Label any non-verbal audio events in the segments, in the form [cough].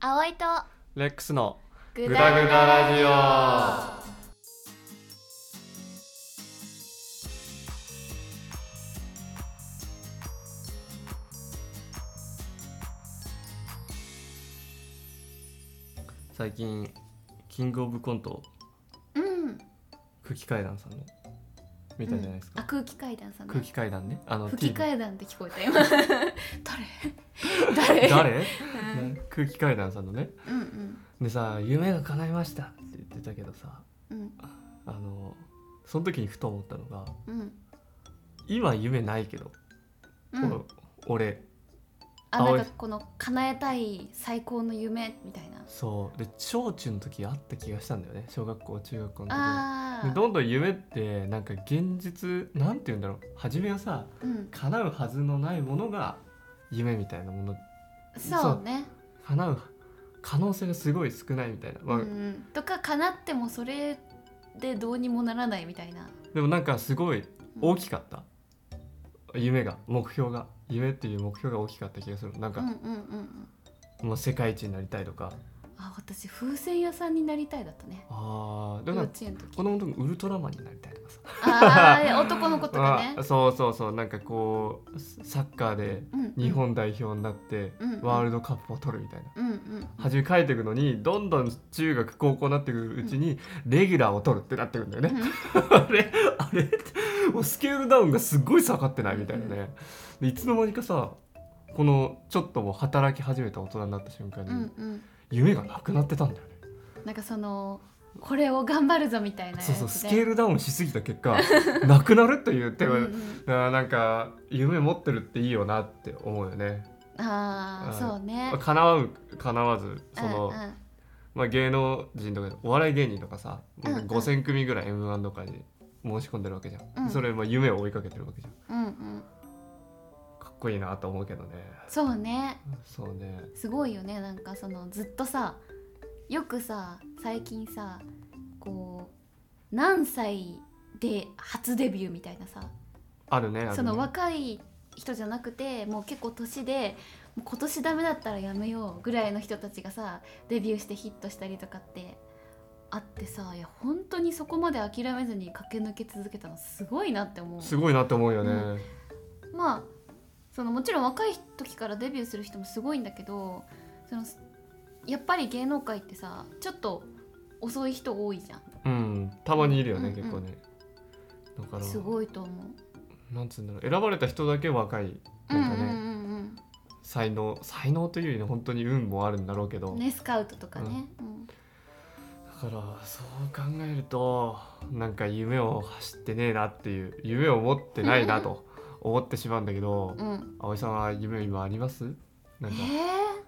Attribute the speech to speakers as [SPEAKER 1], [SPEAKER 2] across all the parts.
[SPEAKER 1] 葵と
[SPEAKER 2] レックスの
[SPEAKER 1] グ
[SPEAKER 2] グダグダラジオ最近キングオブコント
[SPEAKER 1] うん
[SPEAKER 2] 空気階段さんの見たじゃないです
[SPEAKER 1] あ
[SPEAKER 2] か、
[SPEAKER 1] 空気階段さん
[SPEAKER 2] 空
[SPEAKER 1] ね
[SPEAKER 2] 気階段ねあの
[SPEAKER 1] 吹き
[SPEAKER 2] TV
[SPEAKER 1] 階段って聞こえた今誰誰
[SPEAKER 2] 誰、空気階段さんのね
[SPEAKER 1] [laughs] うんうん
[SPEAKER 2] でさ「夢が叶いました」って言ってたけどさ
[SPEAKER 1] うん
[SPEAKER 2] あのその時にふと思ったのが
[SPEAKER 1] うん
[SPEAKER 2] 今夢ないけど、
[SPEAKER 1] うん
[SPEAKER 2] こう俺
[SPEAKER 1] あなん
[SPEAKER 2] 葵
[SPEAKER 1] かこの叶えたい最高の夢みたいな
[SPEAKER 2] そうで小中の時あった気がしたんだよね小学校中学校の時
[SPEAKER 1] あ
[SPEAKER 2] で
[SPEAKER 1] ー
[SPEAKER 2] どんどん夢ってなんか現実なんて言うんだろう初めはさ
[SPEAKER 1] うん
[SPEAKER 2] 叶うはずのないものが夢みたいなもの
[SPEAKER 1] そうね
[SPEAKER 2] 叶う可能性がすごい少ないみたいな、ま
[SPEAKER 1] う
[SPEAKER 2] あ
[SPEAKER 1] んうんとか叶ってもそれでどうにもならないみたいな
[SPEAKER 2] でもなんかすごい大きかった、夢が目標が夢っていう目標が大きかった気がするな
[SPEAKER 1] う
[SPEAKER 2] ん
[SPEAKER 1] ん
[SPEAKER 2] か
[SPEAKER 1] うん、うんうん
[SPEAKER 2] もう世界一になりたいとか
[SPEAKER 1] あ私風船屋さんになりたいだったね
[SPEAKER 2] あーで
[SPEAKER 1] 幼
[SPEAKER 2] もなん
[SPEAKER 1] 稚
[SPEAKER 2] か
[SPEAKER 1] 園の時
[SPEAKER 2] 子供の時ウルトラマンになりたいとかさ
[SPEAKER 1] あー男の子とかね
[SPEAKER 2] [laughs] あそうそうそうなんかこうサッカーで
[SPEAKER 1] うんうん
[SPEAKER 2] 日本代表になって
[SPEAKER 1] うん
[SPEAKER 2] ワールドカップを取るみたいな
[SPEAKER 1] うんうん
[SPEAKER 2] 初め書いていくのにどんどん中学高校になってくるうちにレギュラーを取るってなってくるんだよね、あれあれ [laughs] もうスケールダウンがすごい下がってないみたいなね、でいつの間にかさこのちょっともう働き始めた大人になった瞬間
[SPEAKER 1] うん
[SPEAKER 2] に
[SPEAKER 1] うん
[SPEAKER 2] 夢がなくなってたんだよね、
[SPEAKER 1] うんなんかそのこれを頑張るぞみたいなやつ
[SPEAKER 2] そ
[SPEAKER 1] で
[SPEAKER 2] うそうスケールダウンしすぎた結果なくなるという手
[SPEAKER 1] [laughs]
[SPEAKER 2] は、
[SPEAKER 1] うんうん
[SPEAKER 2] あーなんか夢持ってるっていいよなって思うよね、
[SPEAKER 1] ああ
[SPEAKER 2] うん
[SPEAKER 1] そうね
[SPEAKER 2] まあ、叶う叶わずその、
[SPEAKER 1] うんうん
[SPEAKER 2] まあ、芸能人とかお笑い芸人とかさ、
[SPEAKER 1] うんうん
[SPEAKER 2] 5,000組ぐらい m 1とかに申し込んでるわけじゃん、
[SPEAKER 1] うん
[SPEAKER 2] それまあ夢を追いかけてるわけじゃん
[SPEAKER 1] うんうん
[SPEAKER 2] かっこいいなと思うけどね
[SPEAKER 1] そうね
[SPEAKER 2] そうね
[SPEAKER 1] すごいよねなんかそのずっとさよくさ最近さこう何歳で初デビューみたいなさ
[SPEAKER 2] あるねあるね
[SPEAKER 1] その若い人じゃなくてもう結構年でもう今年ダメだったらやめようぐらいの人たちがさデビューしてヒットしたりとかってあってさいや本当にそこまで諦めずに駆け抜け続けたのすごいなって思う。
[SPEAKER 2] すごいなって思うよね、
[SPEAKER 1] うんまあそのもちろん若い時からデビューする人もすごいんだけどそのやっぱり芸能界ってさちょっと遅い人多いじゃん
[SPEAKER 2] うんたまにいるよね、
[SPEAKER 1] うんうん
[SPEAKER 2] 結構ねだから
[SPEAKER 1] すごいと思う。
[SPEAKER 2] なんつうんだろう選ばれた人だけ若いなんかね、
[SPEAKER 1] うんうんうん
[SPEAKER 2] 才能才能というより本当に運もあるんだろうけ
[SPEAKER 1] う
[SPEAKER 2] ど、
[SPEAKER 1] ん、ねスカウトとかね、うん
[SPEAKER 2] だからそう考えるとなんか夢を走ってねえなっていう夢を持ってない
[SPEAKER 1] [laughs]
[SPEAKER 2] なと思ってしまうんだけど、
[SPEAKER 1] うん、
[SPEAKER 2] 葵さんは夢今ありますなんか
[SPEAKER 1] え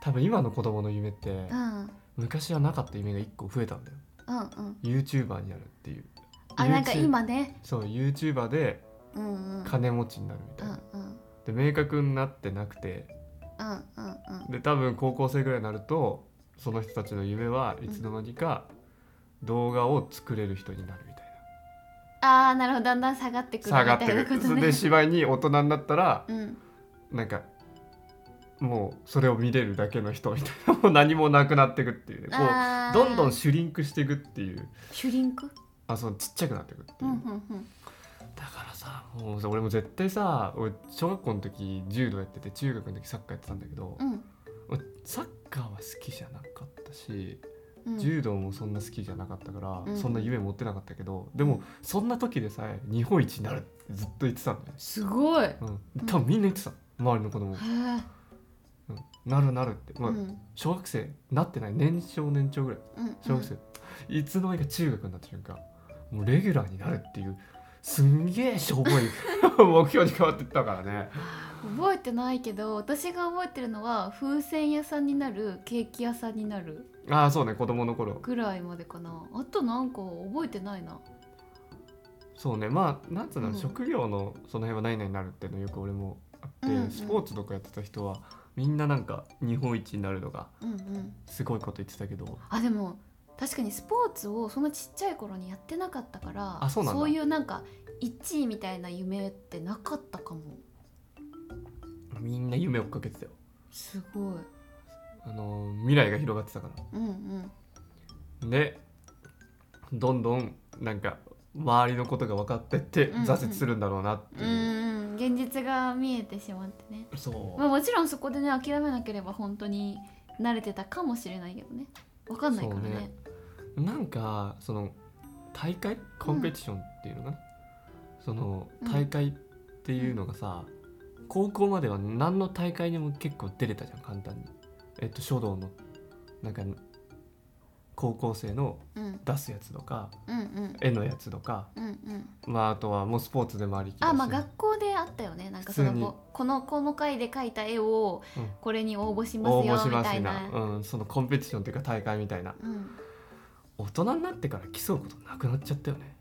[SPEAKER 2] 多分今の子供の夢って
[SPEAKER 1] ー、うん
[SPEAKER 2] 昔はなかった夢が1個増えたんだよ
[SPEAKER 1] うんうん、
[SPEAKER 2] YouTuber になるっていう
[SPEAKER 1] あ
[SPEAKER 2] YouTube
[SPEAKER 1] なんか今ね、
[SPEAKER 2] そう YouTuber で
[SPEAKER 1] うんうん、
[SPEAKER 2] 金持ちになるみ
[SPEAKER 1] う
[SPEAKER 2] たい
[SPEAKER 1] んう
[SPEAKER 2] な、
[SPEAKER 1] んうん
[SPEAKER 2] で明確になってなくて
[SPEAKER 1] うんうん
[SPEAKER 2] で多分高校生ぐらいになるとその人たちの夢はいつの間にか動画を作れる人になるみたいな。
[SPEAKER 1] ああなるほどだんだん下がってくるみ
[SPEAKER 2] 下がって
[SPEAKER 1] たいな
[SPEAKER 2] る、
[SPEAKER 1] こと
[SPEAKER 2] それ
[SPEAKER 1] ね
[SPEAKER 2] で芝居に大人になったら
[SPEAKER 1] うん
[SPEAKER 2] なんかもうそれを見れるだけの人みたいなもう何もなくなっていくっていうねこう
[SPEAKER 1] あー
[SPEAKER 2] どんどんシュリンクしていくっていう
[SPEAKER 1] シュリンク
[SPEAKER 2] あそのちっちゃくなっていくって
[SPEAKER 1] う
[SPEAKER 2] い
[SPEAKER 1] ん
[SPEAKER 2] う、
[SPEAKER 1] うんうん
[SPEAKER 2] だからさもう俺も絶対さ俺小学校の時柔道やってて中学の時サッカーやってたんだけど、
[SPEAKER 1] うん
[SPEAKER 2] 俺サッカーは好きじゃなかったし、
[SPEAKER 1] うん
[SPEAKER 2] 柔道もそんな好きじゃなかったから、
[SPEAKER 1] うん
[SPEAKER 2] そんな夢持ってなかったけどでもそんな時でさえ日本一になるってずっと言ってたんだよね
[SPEAKER 1] すごいへ
[SPEAKER 2] うん、多分みんな言ってた周りの子供、
[SPEAKER 1] ー
[SPEAKER 2] うん、なるなるって、まあ
[SPEAKER 1] うん
[SPEAKER 2] 小学生なってない年少年長ぐらい
[SPEAKER 1] うんうん
[SPEAKER 2] 小学生、いつの間にか中学になった瞬間もうレギュラーになるっていうすんげえしょ
[SPEAKER 1] [laughs]
[SPEAKER 2] ぼい目標に変わってったからね
[SPEAKER 1] 覚えてないけど私が覚えてるのは風船屋さんになるケーキ屋さんになる
[SPEAKER 2] ああそうね子供の頃
[SPEAKER 1] ぐらいまでかなあとなんか覚えてないな
[SPEAKER 2] そうねまあなんつうの、
[SPEAKER 1] うん
[SPEAKER 2] 職業のその辺は何々になるっていうのよく俺もあって、
[SPEAKER 1] うんうん
[SPEAKER 2] スポーツとかやってた人はみんななんか日本一になるのが
[SPEAKER 1] うんうん
[SPEAKER 2] すごいこと言ってたけど
[SPEAKER 1] あでも確かにスポーツをそんなちっちゃい頃にやってなかったから
[SPEAKER 2] あそうなんだ
[SPEAKER 1] いうなんか1位みたいな夢ってなかったかも
[SPEAKER 2] みんな夢追っかけてたよ
[SPEAKER 1] すごい
[SPEAKER 2] あのー未来が広がってたか
[SPEAKER 1] うんうん
[SPEAKER 2] らでどんどんなんか周りのことが分かってって
[SPEAKER 1] うんうん
[SPEAKER 2] 挫折するんだろうなっていう
[SPEAKER 1] う、んうん現実が見えてしまってね、
[SPEAKER 2] そう
[SPEAKER 1] まあ、もちろんそこでね諦めなければ本当に慣れてたかもしれないけどねわかんないからね
[SPEAKER 2] そうねなんかその大会コンペティションっていうのかな、その
[SPEAKER 1] うん
[SPEAKER 2] 大会っていうのがさ、高校までは何の大会にも結構出れたじゃん簡単にえっと書道のなんか高校生の
[SPEAKER 1] うん
[SPEAKER 2] 出すやつとか
[SPEAKER 1] うんうん
[SPEAKER 2] 絵のやつとか
[SPEAKER 1] うんうん
[SPEAKER 2] まああとはもうスポーツでもありきだし
[SPEAKER 1] あまあ学校であったよねなんかそ
[SPEAKER 2] 普通に
[SPEAKER 1] のこのこの回で描いた絵を
[SPEAKER 2] うん
[SPEAKER 1] これに応募します
[SPEAKER 2] 応募し
[SPEAKER 1] よみ
[SPEAKER 2] ま
[SPEAKER 1] た
[SPEAKER 2] す
[SPEAKER 1] い
[SPEAKER 2] な
[SPEAKER 1] な、
[SPEAKER 2] うん、そのコンペティションというか大会みたいな
[SPEAKER 1] うん、
[SPEAKER 2] 大人になってから競うことなくなっちゃったよね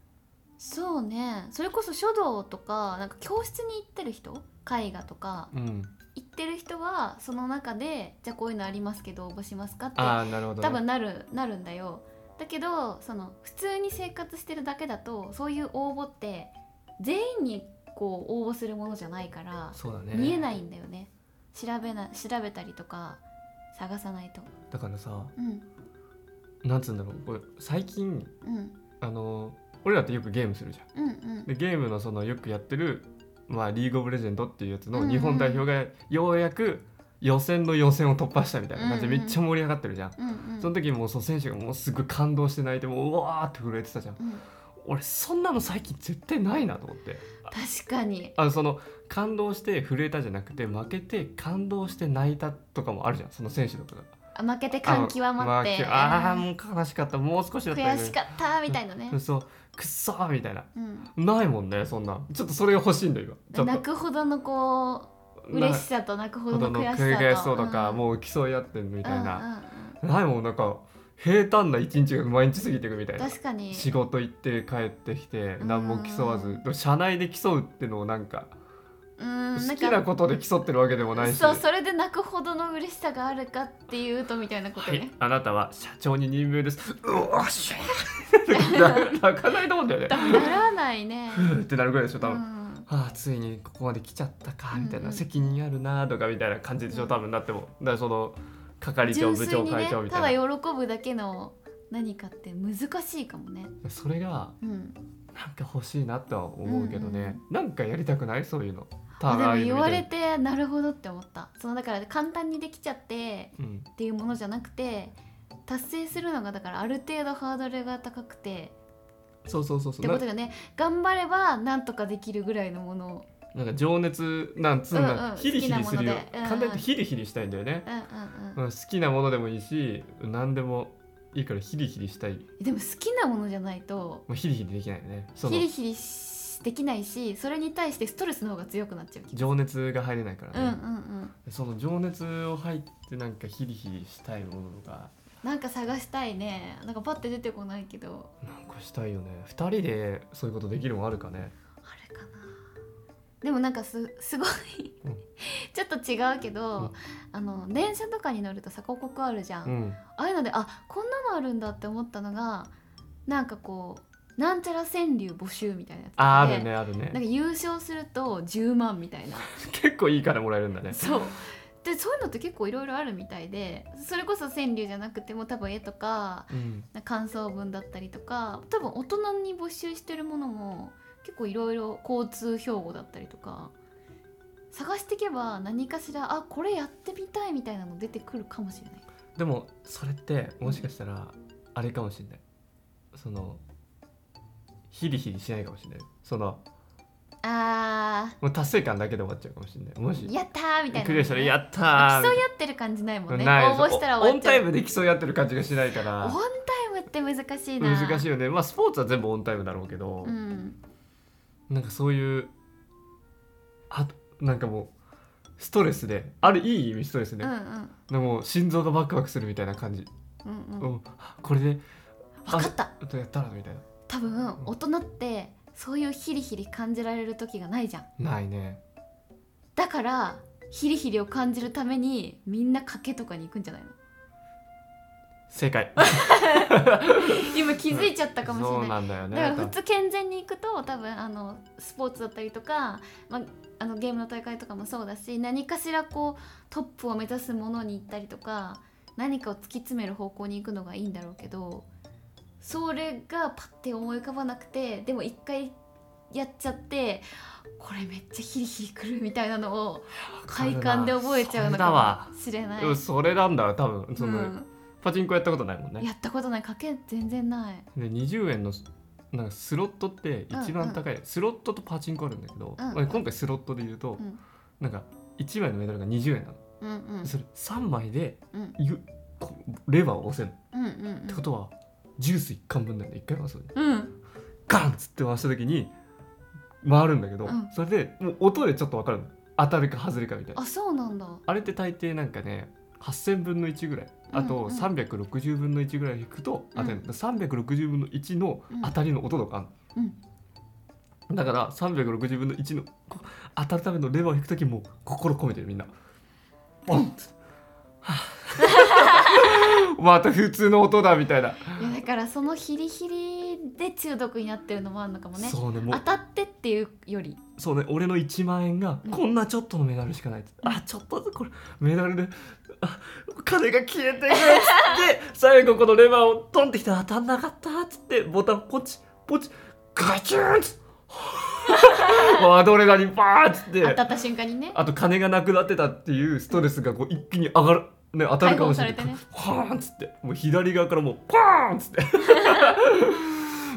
[SPEAKER 1] そうねそれこそ書道とかなんか教室に行ってる人絵画とか
[SPEAKER 2] うん
[SPEAKER 1] 行ってる人はその中でじゃあこういうのありますけど応募しますかって
[SPEAKER 2] ああなるほど、ね、
[SPEAKER 1] 多分なるなるんだよだけどその普通に生活してるだけだとそういう応募って全員にこう応募するものじゃないから、
[SPEAKER 2] そうだね
[SPEAKER 1] 見えないんだよね調べな調べたりとか探さないと
[SPEAKER 2] だからさ
[SPEAKER 1] うん
[SPEAKER 2] なんつうんだろうこれ最近
[SPEAKER 1] うん
[SPEAKER 2] あの俺らってよくゲームするじゃ
[SPEAKER 1] うんうん
[SPEAKER 2] んでゲームのそのよくやってる、まあ、リーグオブレジェンドっていうやつ
[SPEAKER 1] うんう
[SPEAKER 2] の
[SPEAKER 1] ん
[SPEAKER 2] 日本代表がようやく予選の予選を突破したみたいな感じ
[SPEAKER 1] うんう
[SPEAKER 2] で
[SPEAKER 1] ん
[SPEAKER 2] めっちゃ盛り上がってるじゃん、
[SPEAKER 1] うんうん
[SPEAKER 2] その時もうその選手がもうすぐ感動して泣いてもううわーって震えてたじゃん
[SPEAKER 1] うん
[SPEAKER 2] 俺そんなの最近絶対ないなと思って
[SPEAKER 1] 確かに
[SPEAKER 2] あのその感動して震えたじゃなくて負けて感動して泣いたとかもあるじゃんその選手とかが
[SPEAKER 1] あ負けて感極まって
[SPEAKER 2] あのあーもう悲しかったもう少しだったよ
[SPEAKER 1] 悔
[SPEAKER 2] ね
[SPEAKER 1] しかったみたいなね、
[SPEAKER 2] そうくっそーみたいな
[SPEAKER 1] うん、
[SPEAKER 2] ないもんねそんなちょっとそれが欲しいんだよ今ちょっと
[SPEAKER 1] 泣くほどのこう嬉しさと泣くほ
[SPEAKER 2] ほ
[SPEAKER 1] ど
[SPEAKER 2] ど
[SPEAKER 1] の
[SPEAKER 2] の
[SPEAKER 1] 悔しさと
[SPEAKER 2] 悔しそうとか、
[SPEAKER 1] ん
[SPEAKER 2] もう競い合ってるみたいな、
[SPEAKER 1] うんうんうん
[SPEAKER 2] ないもんなんか平坦な一日が毎日過ぎていくみたいな
[SPEAKER 1] 確かに
[SPEAKER 2] 仕事行って帰ってきて
[SPEAKER 1] うん
[SPEAKER 2] 何も競わずでも社内で競うってのをなんか
[SPEAKER 1] うーん
[SPEAKER 2] 好きなことで競ってるわけでもないし
[SPEAKER 1] そうそれで泣くほどの嬉しさがあるかっていうとみたいなこと
[SPEAKER 2] は
[SPEAKER 1] ね、
[SPEAKER 2] い、あなたは社長に任命ですうおっしゃ泣かないと思うんだよね
[SPEAKER 1] 多分ならないね、
[SPEAKER 2] ふーってなるぐらいでしょ
[SPEAKER 1] う
[SPEAKER 2] 多分、
[SPEAKER 1] ん、
[SPEAKER 2] ああついにここまで来ちゃったかみたいな、
[SPEAKER 1] うんうん
[SPEAKER 2] 責任あるなとかみたいな感じでしょ多分なってもだからその係
[SPEAKER 1] 純
[SPEAKER 2] 長部
[SPEAKER 1] 粋
[SPEAKER 2] 長
[SPEAKER 1] に
[SPEAKER 2] 会
[SPEAKER 1] ね
[SPEAKER 2] 長み
[SPEAKER 1] た
[SPEAKER 2] た
[SPEAKER 1] だ
[SPEAKER 2] いな
[SPEAKER 1] 喜ぶだけの何かって難しいかもね、
[SPEAKER 2] それが
[SPEAKER 1] うん、
[SPEAKER 2] なんか欲しいなとは思うけどね、なんかやりたくないそういうの
[SPEAKER 1] あでも
[SPEAKER 2] 互い
[SPEAKER 1] 言
[SPEAKER 2] の
[SPEAKER 1] わ
[SPEAKER 2] みた
[SPEAKER 1] れ
[SPEAKER 2] いな
[SPEAKER 1] てなるほどって思ったそのだから簡単にできちゃって
[SPEAKER 2] うん
[SPEAKER 1] っていうものじゃなくて達成するのがだからある程度ハードルが高くて
[SPEAKER 2] そうそうそうそ
[SPEAKER 1] っ
[SPEAKER 2] う
[SPEAKER 1] て
[SPEAKER 2] な
[SPEAKER 1] ことよね頑張ればなんとかできるぐらいのものを
[SPEAKER 2] なんか情熱なんつう
[SPEAKER 1] うんうん
[SPEAKER 2] のヒリヒリするよ
[SPEAKER 1] 好きなものでうんうん
[SPEAKER 2] 簡単に言ってヒリヒリしたいんだよね、
[SPEAKER 1] うんうんうん
[SPEAKER 2] うん、好きなものでもいいし何でもいいからヒリヒリしたいも
[SPEAKER 1] でも好きなものじゃないと
[SPEAKER 2] うヒリヒリできないよねその
[SPEAKER 1] ヒリヒリしできないしそれに対してストレスの方が強くなっちゃう気が
[SPEAKER 2] 情熱が入れないから
[SPEAKER 1] うんうんうん
[SPEAKER 2] ね、その情熱を入ってなんかヒリヒリしたいものとか
[SPEAKER 1] なんか探したいねなんかパッて出てこないけど
[SPEAKER 2] なんかしたいよね2人でそういうことできるもんあるかね
[SPEAKER 1] あれかなでもなんかすすごい
[SPEAKER 2] うん
[SPEAKER 1] [laughs] ちょっと違うけど、
[SPEAKER 2] うん
[SPEAKER 1] あの電車とかに乗るとさ広告あるじゃん、
[SPEAKER 2] うん
[SPEAKER 1] ああいうのであこんなのあるんだって思ったのがなんかこうなんちゃら川柳募集みたいなやつで
[SPEAKER 2] ああるねある
[SPEAKER 1] なん
[SPEAKER 2] ね
[SPEAKER 1] か優勝すると10万みたいな
[SPEAKER 2] 結構いいからもらえるんだね
[SPEAKER 1] そうでそういうのって結構いろいろあるみたいでそれこそ川柳じゃなくても多分絵とか
[SPEAKER 2] うん
[SPEAKER 1] 感想文だったりとか多分大人に募集してるものも結構いろいろ交通標語だったりとか探していけば何かしらあこれやってみたいみたいなの出てくるかもしれない。
[SPEAKER 2] でもそれってもしかしたらあれかもしれないそのヒリヒリしないかもしれないその
[SPEAKER 1] あ
[SPEAKER 2] もう達成感だけで終わっちゃうかもしれないもし
[SPEAKER 1] ーやったーみたいな、
[SPEAKER 2] クリアしたら「やったー!」
[SPEAKER 1] 競い合ってる感じないもんね応
[SPEAKER 2] ない
[SPEAKER 1] 募したら
[SPEAKER 2] オ
[SPEAKER 1] 終わ
[SPEAKER 2] ン
[SPEAKER 1] っちゃ
[SPEAKER 2] タイ
[SPEAKER 1] う
[SPEAKER 2] ムで競い合ってる感じがしないから
[SPEAKER 1] オンタイムって難しいな
[SPEAKER 2] 難しいよねまあスポーツは全部オンタイムだろうけど、
[SPEAKER 1] うん、
[SPEAKER 2] なんかそういうあなんかもうストレスであるいい意味ストレス
[SPEAKER 1] うん
[SPEAKER 2] で、
[SPEAKER 1] うん
[SPEAKER 2] でも心臓がバクバクするみたいな感じ、
[SPEAKER 1] うんうん
[SPEAKER 2] う
[SPEAKER 1] 分
[SPEAKER 2] ん、これであ
[SPEAKER 1] かった
[SPEAKER 2] あとやったらみたい
[SPEAKER 1] 多分大人ってそういうヒリヒリ感じられる時がないじゃん
[SPEAKER 2] なないね
[SPEAKER 1] だからヒリヒリを感じるためにみんな賭けとかに行くんじゃないの
[SPEAKER 2] 正解
[SPEAKER 1] 今気づいちゃったかもしれ
[SPEAKER 2] [laughs] そ
[SPEAKER 1] な
[SPEAKER 2] う
[SPEAKER 1] い
[SPEAKER 2] なんだよね
[SPEAKER 1] だから普通健全に行くと多分あのスポーツだったりとか、まあ、あのゲームの大会とかもそうだし何かしらこうトップを目指すものに行ったりとか何かを突き詰める方向に行くのがいいんだろうけどそれがパッて思い浮かばなくてでも一回やっちゃってこれめっちゃヒリヒリくるみたいなのを快感で覚えちゃうのかもしれない
[SPEAKER 2] で。もそれなんだ多分その、
[SPEAKER 1] うん
[SPEAKER 2] パチンコやったことないもんね
[SPEAKER 1] やったことない賭け全然ない。
[SPEAKER 2] で20円のなんかスロットって一番高い、スロットとパチンコあるんだけど、
[SPEAKER 1] うん
[SPEAKER 2] まあ今回スロットで言うと、
[SPEAKER 1] うん
[SPEAKER 2] なんか1枚のメダルが20円なの、
[SPEAKER 1] うんうん
[SPEAKER 2] それ3枚で
[SPEAKER 1] うん
[SPEAKER 2] ゆこうレバーを押せる、
[SPEAKER 1] うん
[SPEAKER 2] ってことはジュース1缶分なんで1回回すのに
[SPEAKER 1] うんうん
[SPEAKER 2] ガンっつって回した時に回るんだけど、
[SPEAKER 1] うん
[SPEAKER 2] それでもう音でちょっと分かるの当たるか外れかみたいな
[SPEAKER 1] あそうなんだ。
[SPEAKER 2] あれって大抵なんかね8000分の1ぐらいあ
[SPEAKER 1] うんう
[SPEAKER 2] と
[SPEAKER 1] ん
[SPEAKER 2] 360分の1ぐらい引くと当たる、360分の1の当たりの音とかあるの
[SPEAKER 1] うん
[SPEAKER 2] だから360分の1のこう当たるためのレバーを引く時も心込めてるみんなボンッつって
[SPEAKER 1] [laughs]
[SPEAKER 2] [laughs] はぁまた普通の音だみたいな、
[SPEAKER 1] いやだからそのヒリヒリで中毒になってるのもあるのかもね。
[SPEAKER 2] そうねも
[SPEAKER 1] 当
[SPEAKER 2] う
[SPEAKER 1] たってっていうより。
[SPEAKER 2] そうね俺の1万円が
[SPEAKER 1] うん
[SPEAKER 2] こんなちょっとのメダルしかないっつって、あちょっとずつこれメダルであ金が消えていくっつって
[SPEAKER 1] [laughs]
[SPEAKER 2] 最後このレバーをトンってきたら当たんなかったっつってボタンポチポチガチューンっ
[SPEAKER 1] [laughs]
[SPEAKER 2] つってもうアドレナリンバーっつって
[SPEAKER 1] 当たった瞬間にね。
[SPEAKER 2] あと金がなくなってたっていうストレスがこう一気に上がる、ね、当たるかもしれない。
[SPEAKER 1] 解放さ
[SPEAKER 2] はーンっつってもう左側からもうパーンっつっ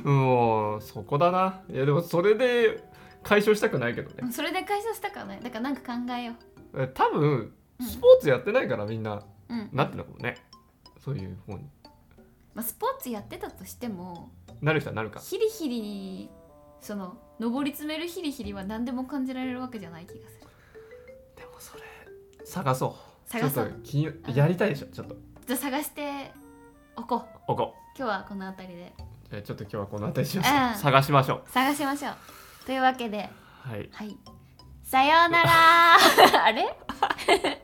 [SPEAKER 2] て [laughs] もうそこだないやでもそれで解消したくないけどね
[SPEAKER 1] それで解消したからね。だからなんか考えよ
[SPEAKER 2] え多分
[SPEAKER 1] うん
[SPEAKER 2] スポーツやってないからみんな
[SPEAKER 1] う。うん。
[SPEAKER 2] なってるのかもねそういう方に
[SPEAKER 1] まあ、スポーツやってたとしても
[SPEAKER 2] なる人はなるか
[SPEAKER 1] ヒリヒリにその上り詰めるヒリヒリは何でも感じられるわけじゃない気がする。
[SPEAKER 2] でもそれ探そう
[SPEAKER 1] 探そう
[SPEAKER 2] ちょっと気にやりたいでしょちょっと
[SPEAKER 1] じゃあ探しておこう。
[SPEAKER 2] おこ
[SPEAKER 1] 今日はこの辺りで
[SPEAKER 2] じゃあちょっと今日はこの辺りにしましょう
[SPEAKER 1] うん
[SPEAKER 2] 探しましょう
[SPEAKER 1] 探しましょう。というわけで。
[SPEAKER 2] はい
[SPEAKER 1] [laughs] はい。さようなら。あれ